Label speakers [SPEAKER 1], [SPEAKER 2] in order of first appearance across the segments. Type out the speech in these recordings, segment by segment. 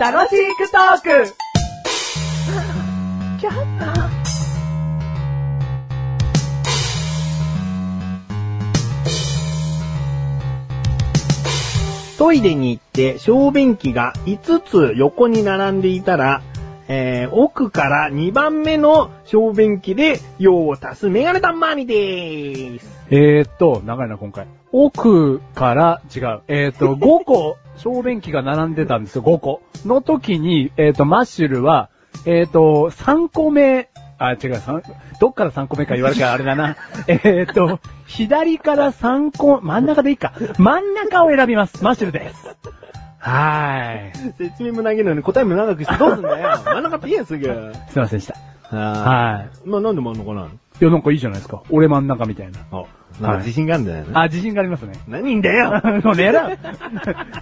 [SPEAKER 1] 楽しくトーク
[SPEAKER 2] トイレに行って小便器が5つ横に並んでいたら、えー、奥から2番目の小便器で用を足すメガネタンマーニでーす。
[SPEAKER 3] えーっと、長いな、今回。奥から、違う。えーっと、5個、 小便器が並んでたんですよ、5個。の時に、えーっと、マッシュルは、えーっと、3個目、あ、違う、三どっから3個目か言われるからあれだな。 えーっと、左から3個、真ん中でいいか。真ん中を選びます。マッシュルです。はーい。
[SPEAKER 2] 説明も投げるのに答えも長くしてどうすんだ よ。真ん中って言えよ、すぐ。は
[SPEAKER 3] すいませんでした。
[SPEAKER 2] あ。
[SPEAKER 3] はい。
[SPEAKER 2] まあ、なんで真ん中なの
[SPEAKER 3] いや、なんかいいじゃないですか。俺真ん中みたいな。
[SPEAKER 2] あ、なんか自信があるんだよね。
[SPEAKER 3] あ、自信がありますね。
[SPEAKER 2] 何いんだ よ
[SPEAKER 3] そうね、な。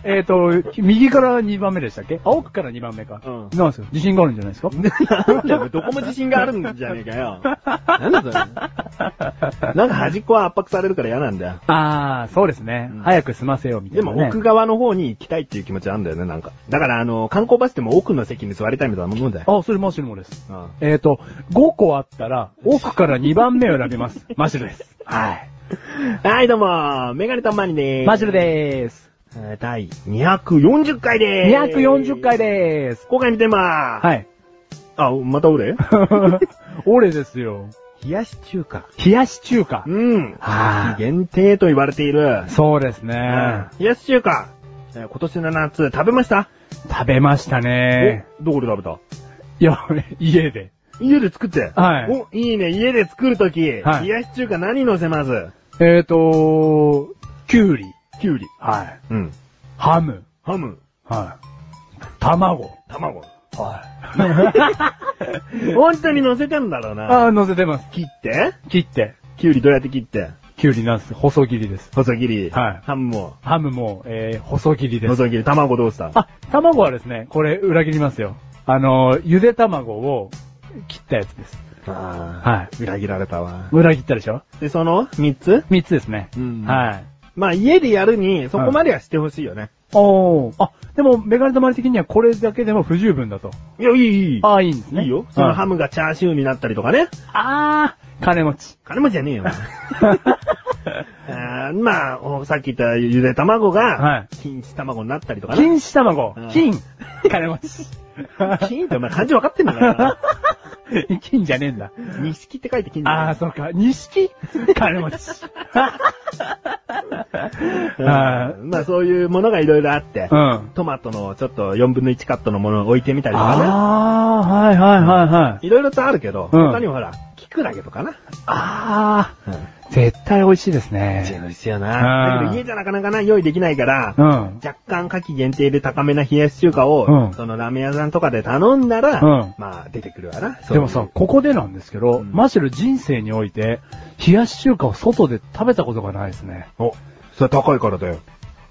[SPEAKER 3] えっと、右から2番目でしたっけあ奥から2番目か。
[SPEAKER 2] うん
[SPEAKER 3] なんですよ。自信があるんじゃないですか
[SPEAKER 2] なんだよ、どこも自信があるんじゃねえか よ。なんだそれ。なんか端っこは圧迫されるから嫌なんだよ。
[SPEAKER 3] ああ、そうですね、
[SPEAKER 2] うん
[SPEAKER 3] 早く済ませようみた
[SPEAKER 2] で
[SPEAKER 3] いな、
[SPEAKER 2] も
[SPEAKER 3] ね。
[SPEAKER 2] 奥側の方に行きたいっていう気持ちあるんだよね、なんか。だからあの、観光バスでも奥の席に座りたいみたいなもんだよ。
[SPEAKER 3] あ、それマシュルもです。
[SPEAKER 2] うん
[SPEAKER 3] えっ、と、5個あったら、奥から2番目を選 びます。マシュルです。はい。
[SPEAKER 2] はい、どうも、メガネたまにでーす。
[SPEAKER 3] マシュルでーす。
[SPEAKER 2] えー第240回でーす。
[SPEAKER 3] 240回でーす。
[SPEAKER 2] 今回見てまーす。い。
[SPEAKER 3] はい。
[SPEAKER 2] あ、また俺
[SPEAKER 3] 俺ですよ。
[SPEAKER 2] 冷やし中華。
[SPEAKER 3] 冷やし中華
[SPEAKER 2] う。ん。
[SPEAKER 3] はー
[SPEAKER 2] 限定と言われている。
[SPEAKER 3] そうですね、
[SPEAKER 2] 冷やし中華。えー今年の夏、食べました
[SPEAKER 3] 食べましたね
[SPEAKER 2] おどこで食べた
[SPEAKER 3] いや、 家で。
[SPEAKER 2] 家で作って。
[SPEAKER 3] はい
[SPEAKER 2] お、いいね。家で作るとき、
[SPEAKER 3] はい
[SPEAKER 2] 冷やし中華何乗せます
[SPEAKER 3] えっ、ー、と、きゅうり。
[SPEAKER 2] きゅうり。
[SPEAKER 3] はい。
[SPEAKER 2] うん。
[SPEAKER 3] ハム。
[SPEAKER 2] ハム、
[SPEAKER 3] はい。卵。
[SPEAKER 2] 卵。
[SPEAKER 3] はい。
[SPEAKER 2] 本当に乗せてんだろうな。
[SPEAKER 3] あ ー、乗せてます。
[SPEAKER 2] 切って
[SPEAKER 3] 切って。
[SPEAKER 2] きゅうりどうやって切って
[SPEAKER 3] きゅうりなんです。細切りです。
[SPEAKER 2] 細切り。
[SPEAKER 3] はい
[SPEAKER 2] ハムも。
[SPEAKER 3] ハムも、えー、細切りです。
[SPEAKER 2] 細切り。卵どうした
[SPEAKER 3] あ、卵はですね、これ裏切りますよ。あのー、ゆで卵を切ったやつです。
[SPEAKER 2] は
[SPEAKER 3] はい。
[SPEAKER 2] い。裏切られたわ。
[SPEAKER 3] 裏切ったでしょ
[SPEAKER 2] で、その三つ
[SPEAKER 3] 三つですね。
[SPEAKER 2] うん
[SPEAKER 3] はい。
[SPEAKER 2] まあ、家でやるに、そこまではしてほしいよね。
[SPEAKER 3] おー。あ、でも、メガネ玉り的にはこれだけでも不十分だと。
[SPEAKER 2] いや、いい、いい。
[SPEAKER 3] あー、いいんですね。
[SPEAKER 2] いいよ。そのハ
[SPEAKER 3] ム。
[SPEAKER 2] ムがチャーシューになったりとかね。
[SPEAKER 3] あー、金持 ち。
[SPEAKER 2] 金持ちじゃねえよ。あーまあ、おさっき言ったゆで卵
[SPEAKER 3] は
[SPEAKER 2] が
[SPEAKER 3] い、
[SPEAKER 2] 錦糸卵になったりとかね。
[SPEAKER 3] 錦糸卵
[SPEAKER 2] うん。
[SPEAKER 3] 金。金持 ち。
[SPEAKER 2] 金ってお前漢字分かってんのかな
[SPEAKER 3] 金じゃねえんだ。
[SPEAKER 2] 錦って書いて金
[SPEAKER 3] ああ、
[SPEAKER 2] だ
[SPEAKER 3] そうか。錦金持ち。
[SPEAKER 2] うん
[SPEAKER 3] あ
[SPEAKER 2] まあそういうものがいろいろあって
[SPEAKER 3] う、ん。
[SPEAKER 2] トマトのちょっと4分の1カットのものを置いてみたりとかね。
[SPEAKER 3] ああー、はいはいはいはい。
[SPEAKER 2] いろいろとあるけど、
[SPEAKER 3] うん
[SPEAKER 2] 他にもほら、キクラゲとかな。
[SPEAKER 3] あ
[SPEAKER 2] うん。
[SPEAKER 3] あ、絶対美味しいです
[SPEAKER 2] 知ら
[SPEAKER 3] ね。
[SPEAKER 2] ないやな。
[SPEAKER 3] うん
[SPEAKER 2] だけど家じゃなかなかな、用意できないから
[SPEAKER 3] う、ん。
[SPEAKER 2] 若干夏季限定で高めな冷やし中華
[SPEAKER 3] う
[SPEAKER 2] を
[SPEAKER 3] ん、
[SPEAKER 2] そのラーメン屋さんとかで頼んだ
[SPEAKER 3] うん
[SPEAKER 2] ら、まあ出てくるわな。そうい
[SPEAKER 3] で
[SPEAKER 2] う
[SPEAKER 3] もさ、、ここでなんですけど、
[SPEAKER 2] うん
[SPEAKER 3] マシュル人生において、冷やし中華を外で食べたことがないですね。
[SPEAKER 2] お、それ高いからだよ。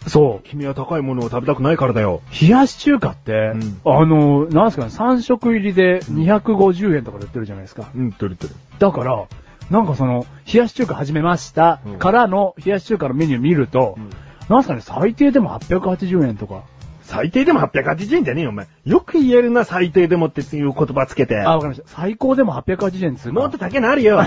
[SPEAKER 3] そう。
[SPEAKER 2] 君は高いものを食べたくないからだよ。
[SPEAKER 3] 冷やし中華って、
[SPEAKER 2] うん
[SPEAKER 3] あの、なんすかね、3食入りで250円とかで売ってるじゃないですか。
[SPEAKER 2] うん、とりとり。
[SPEAKER 3] だから、なんかその、冷やし中華始めました、
[SPEAKER 2] うん
[SPEAKER 3] からの冷やし中華のメニュー見ると、
[SPEAKER 2] うん
[SPEAKER 3] なんすかね、最低でも880円とか。
[SPEAKER 2] 最低でも880円じゃねえよ、お前。よく言えるな、最低でもっていう言葉つけて。
[SPEAKER 3] あ、わかりました。最高でも880円でするか
[SPEAKER 2] もっと高いのある よ。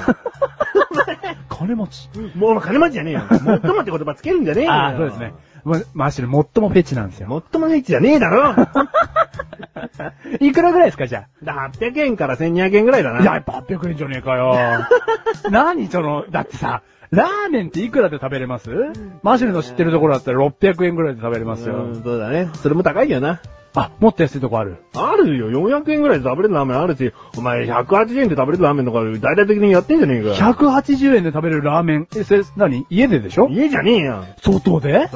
[SPEAKER 3] 金持ち。
[SPEAKER 2] もう金持ちじゃねえよ。もっともって言葉つけるんじゃねえよ。
[SPEAKER 3] ああ、そうですね。。ま、マッシュル、最もフェチなんですよ。
[SPEAKER 2] もっともねえじゃねえだろ。
[SPEAKER 3] いくらぐらいですか、じゃ
[SPEAKER 2] だ800円から1200円ぐらいだ
[SPEAKER 3] あ。
[SPEAKER 2] な。
[SPEAKER 3] いや、やっぱ800円じゃねえ かよ。何その、だってさ、ラーメンっていくらで食べれますマッシュルの知ってるところだったら600円ぐらいで食べれます
[SPEAKER 2] う
[SPEAKER 3] よ
[SPEAKER 2] ん。そうだね。それも高いよな。
[SPEAKER 3] あ、もっと安いとこある。
[SPEAKER 2] あるよ。400円ぐらいで食べれるラーメンあるし、お前180円で食べれるラーメンとか大々的にやってんじゃねえかよ。
[SPEAKER 3] 180円で食べれるラーメン。え、それ、何家ででしょ
[SPEAKER 2] 家じゃねえよ。
[SPEAKER 3] 外で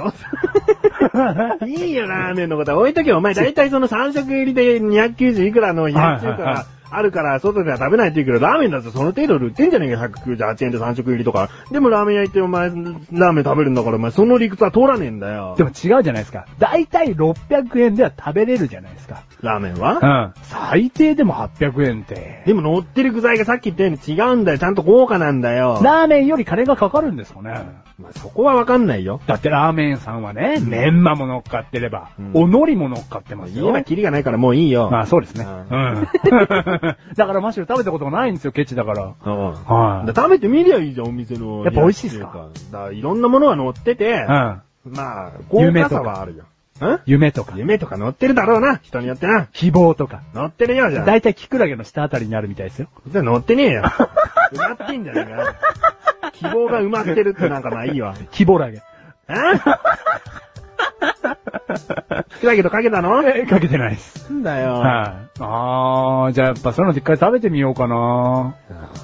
[SPEAKER 2] いいよ、ラーメンのことは置いとけよ。お前、だいたいその3食入りで290いくらの冷やし中華
[SPEAKER 3] はいはいは
[SPEAKER 2] が
[SPEAKER 3] い
[SPEAKER 2] あるから外では食べないって言うけど、ラーメンだってその程度で売ってんじゃねえか、198円で3食入りとか。でもラーメン屋行ってお前、ラーメン食べるんだから、お前その理屈は通らねえんだよ
[SPEAKER 3] で。も違うじゃないですか。だいたい600円では食べれるじゃないですか。
[SPEAKER 2] ラーメンは
[SPEAKER 3] うん。最低でも800円って。
[SPEAKER 2] でも乗ってる具材がさっき言ったように違うんだよ。ちゃんと豪華なんだよ。
[SPEAKER 3] ラーメンより金がかかるんですかね。
[SPEAKER 2] まあ、そこはわかんないよ。
[SPEAKER 3] だってラーメン屋さんはね、メンマも乗っかってれば、
[SPEAKER 2] うん
[SPEAKER 3] お海苔も乗っかってます
[SPEAKER 2] 家
[SPEAKER 3] よ
[SPEAKER 2] は。キリがないからもういいよ。
[SPEAKER 3] まあそうですね。う
[SPEAKER 2] うんん。
[SPEAKER 3] だからマッシュル食べたことがないんですよ、ケチだから。
[SPEAKER 2] うん
[SPEAKER 3] は
[SPEAKER 2] だ食べてみりゃいいじゃん、お店の。
[SPEAKER 3] やっぱ美味しいっすか
[SPEAKER 2] やつっていうだからいろんなものが乗ってて、
[SPEAKER 3] うん。
[SPEAKER 2] まあ、豪華さはあるよ。ん
[SPEAKER 3] 夢とか、
[SPEAKER 2] 夢とか乗ってるだろうな、人によってな。
[SPEAKER 3] 希望とか。
[SPEAKER 2] 乗ってるよ、じゃあ。
[SPEAKER 3] だいたいキクラゲの下あたりにあるみたいですよ。
[SPEAKER 2] じゃあ乗ってねえ よ。埋まってんじゃねえか。希望が埋まってるってなんかまあいいわ。
[SPEAKER 3] 希望ラゲ。
[SPEAKER 2] えキクラゲとかけたの
[SPEAKER 3] えかけてないです。
[SPEAKER 2] なんだよ。
[SPEAKER 3] はい。あー、じゃあやっぱそういうの一回食べてみようかな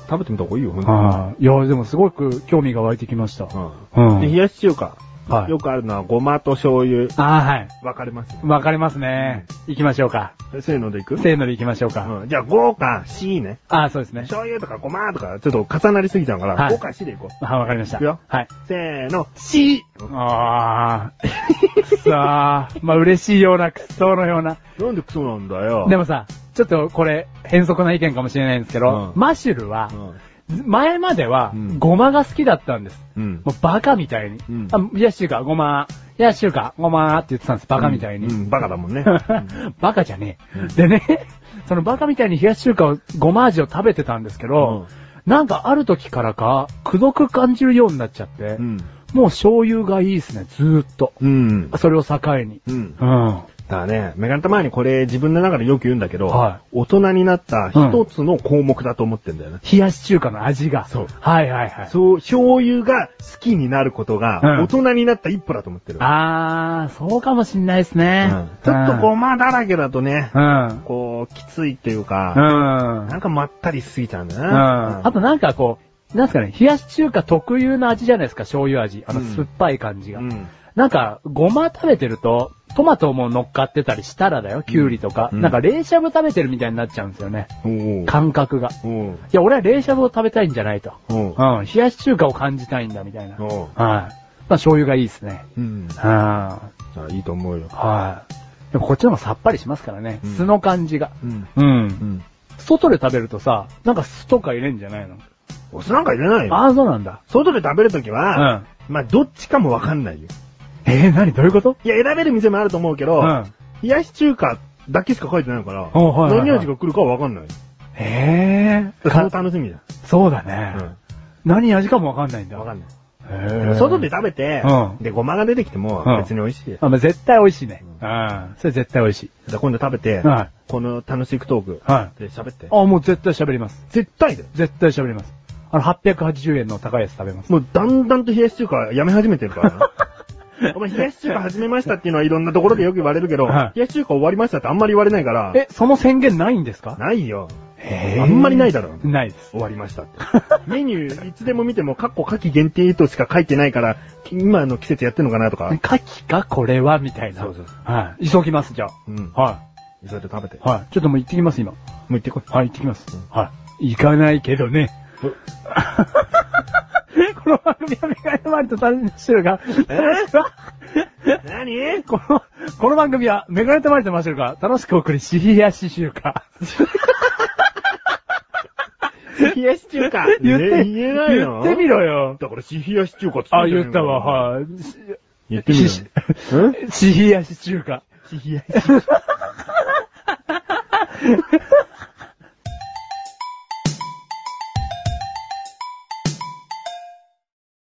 [SPEAKER 2] 食べてみた方がいいよ、ほんとに
[SPEAKER 3] はい。いや、でもすごく興味が湧いてきました。う
[SPEAKER 2] うん
[SPEAKER 3] ん。
[SPEAKER 2] で、冷やし中華。
[SPEAKER 3] はい
[SPEAKER 2] よくあるのは、ごまと醤油。
[SPEAKER 3] あー、はい。
[SPEAKER 2] 分かれますね。
[SPEAKER 3] わかりますね。行きましょうか。
[SPEAKER 2] せーのでいく
[SPEAKER 3] せーので行きましょうか。
[SPEAKER 2] うん。じゃあ、豪華 C ね。
[SPEAKER 3] あー、そうですね。
[SPEAKER 2] 醤油とかごまとか、ちょっと重なりすぎちゃうから、
[SPEAKER 3] はい
[SPEAKER 2] 豪華 C でいこう。
[SPEAKER 3] はい、わかりました。
[SPEAKER 2] いくよ
[SPEAKER 3] はい。
[SPEAKER 2] せーの、C!
[SPEAKER 3] あー。さあ、まあ嬉しいような、くっそーのような。
[SPEAKER 2] なんでクソなんだよ。
[SPEAKER 3] で
[SPEAKER 2] も、
[SPEAKER 3] もさ、ちょっとこれ、変則な意見かもしれないんですけど、
[SPEAKER 2] うん
[SPEAKER 3] マッシュルは、前までは
[SPEAKER 2] う、ん
[SPEAKER 3] ごまが好きだったんです。
[SPEAKER 2] うん。
[SPEAKER 3] もうバカみたいに。
[SPEAKER 2] うん
[SPEAKER 3] あいや、シューカー、ごま、いや、シューカー、ごまって言ってたんです。バカみたいに。
[SPEAKER 2] うんうんバカだもんね。
[SPEAKER 3] バカじゃねえ。でね、 そのバカみたいに冷やし中華を、ごま味を食べてたんですけど、なんかある時からか、くどく感じるようになっちゃって、
[SPEAKER 2] うん。
[SPEAKER 3] もう醤油がいいですね、ずーっと。
[SPEAKER 2] うん。
[SPEAKER 3] それを境に。
[SPEAKER 2] うん。だ
[SPEAKER 3] うん。は
[SPEAKER 2] からね、メガネたまにこれ自分の中でよく言うんだけど、
[SPEAKER 3] は
[SPEAKER 2] 大人になった一つの項目だと思ってんだよね。
[SPEAKER 3] い。冷やし中華の味が。
[SPEAKER 2] そう
[SPEAKER 3] はいはいはい。
[SPEAKER 2] そう、醤油が好きになること
[SPEAKER 3] うん
[SPEAKER 2] が、大人になった一歩だと思ってる。
[SPEAKER 3] あー、そうかもしんないですね。
[SPEAKER 2] うんちょっとごまだらけだとね、
[SPEAKER 3] うん。うん。
[SPEAKER 2] こう、きついっていう
[SPEAKER 3] う
[SPEAKER 2] か、
[SPEAKER 3] ん。
[SPEAKER 2] なんかまったりしすぎちゃうんだよ
[SPEAKER 3] うん
[SPEAKER 2] な。
[SPEAKER 3] あとなんかこう、なんすかね、冷やし中華特有の味じゃないですか、醤油味。あの、
[SPEAKER 2] うん
[SPEAKER 3] 酸っぱい感じが。
[SPEAKER 2] うん
[SPEAKER 3] なんか、ごま食べてると、トマトも乗っかってたりしたらだよ、きゅうりとか。
[SPEAKER 2] うん
[SPEAKER 3] なんか、冷しゃぶ食べてるみたいになっちゃうんですよね。
[SPEAKER 2] おう
[SPEAKER 3] 感覚が。
[SPEAKER 2] おう
[SPEAKER 3] いや、俺は冷しゃぶを食べたいんじゃないと。
[SPEAKER 2] お
[SPEAKER 3] う、
[SPEAKER 2] うん
[SPEAKER 3] 冷やし中華を感じたいんだ、みたいな。はい。
[SPEAKER 2] おう
[SPEAKER 3] まあ、醤油がいいですね。
[SPEAKER 2] うん。
[SPEAKER 3] は
[SPEAKER 2] あいいと思うよ
[SPEAKER 3] い。。はい。でもこっちの方がさっぱりしますからね。
[SPEAKER 2] うん
[SPEAKER 3] 酢の感じが。
[SPEAKER 2] うん。
[SPEAKER 3] うん
[SPEAKER 2] う。ん。
[SPEAKER 3] 外で食べるとさ、なんか酢とか入れんじゃないの
[SPEAKER 2] お酢なんか入れないよ。
[SPEAKER 3] ああ、そうなんだ。
[SPEAKER 2] 外で食べるときは、
[SPEAKER 3] うん
[SPEAKER 2] まあ、どっちかもわかんないよ。
[SPEAKER 3] えー、何どういうこと
[SPEAKER 2] いや、選べる店もあると思うけど、
[SPEAKER 3] うん
[SPEAKER 2] 冷やし中華だけしか書いてないから、
[SPEAKER 3] おはいはいはい
[SPEAKER 2] 何味が来るかはわかんない。
[SPEAKER 3] ええ
[SPEAKER 2] その楽しみだ。
[SPEAKER 3] そうだね、何味かもわかんないんだ。
[SPEAKER 2] うん。わかん
[SPEAKER 3] ない。
[SPEAKER 2] ない。
[SPEAKER 3] へ
[SPEAKER 2] でも外で食べて、
[SPEAKER 3] うん
[SPEAKER 2] で、ごまが出てきても
[SPEAKER 3] うん
[SPEAKER 2] 別に美味しいよ。
[SPEAKER 3] あ、まあ、絶対美味しいね。う。
[SPEAKER 2] うん
[SPEAKER 3] それ絶対美味しい。
[SPEAKER 2] じゃあ今度食べて、
[SPEAKER 3] はい
[SPEAKER 2] この楽しくトーク、
[SPEAKER 3] は
[SPEAKER 2] で喋って。
[SPEAKER 3] あ、もう絶対喋ります。
[SPEAKER 2] 絶対だよ。
[SPEAKER 3] 絶対喋ります。あの、880円の高いやつ食べます。
[SPEAKER 2] もうだんだんと冷やし中華やめ始めてるからな。 お前冷やし中華始めましたっていうのはいろんなところでよく言われるけど、
[SPEAKER 3] はい
[SPEAKER 2] 冷やし中華終わりましたってあんまり言われないから、
[SPEAKER 3] え、その宣言ないんですか
[SPEAKER 2] ないよ。
[SPEAKER 3] へー
[SPEAKER 2] あんまりないだろ。
[SPEAKER 3] ないです。
[SPEAKER 2] 終わりましたって。 メニューいつでも見ても、カッコ夏季限定としか書いてないから、今の季節やってんのかなとか。
[SPEAKER 3] カキかこれはみたいな。
[SPEAKER 2] そうそう
[SPEAKER 3] はい。急ぎます、じゃあ。
[SPEAKER 2] うん。
[SPEAKER 3] は
[SPEAKER 2] それで食べて。
[SPEAKER 3] い。はい。ちょっともう行ってきます、今。
[SPEAKER 2] もう行ってこい。
[SPEAKER 3] はい、行ってきます
[SPEAKER 2] うん。
[SPEAKER 3] はい。行かないけどね。 この番組はメガネマリとタネシュルが、
[SPEAKER 2] 何
[SPEAKER 3] この、この番組はメガネとマリとマシュルが楽しくお送り、シヒヤシシューカ。
[SPEAKER 2] 冷やし中華。
[SPEAKER 3] 言っ
[SPEAKER 2] ね
[SPEAKER 3] て、
[SPEAKER 2] 言えないの
[SPEAKER 3] 言ってみろよ。
[SPEAKER 2] だから、シ冷やし中華つ
[SPEAKER 3] あ、言ったわ、
[SPEAKER 2] い。
[SPEAKER 3] はい。
[SPEAKER 2] 言ってみろよ。ん
[SPEAKER 3] シヒヤシシューカ。
[SPEAKER 2] シ冷やし中華。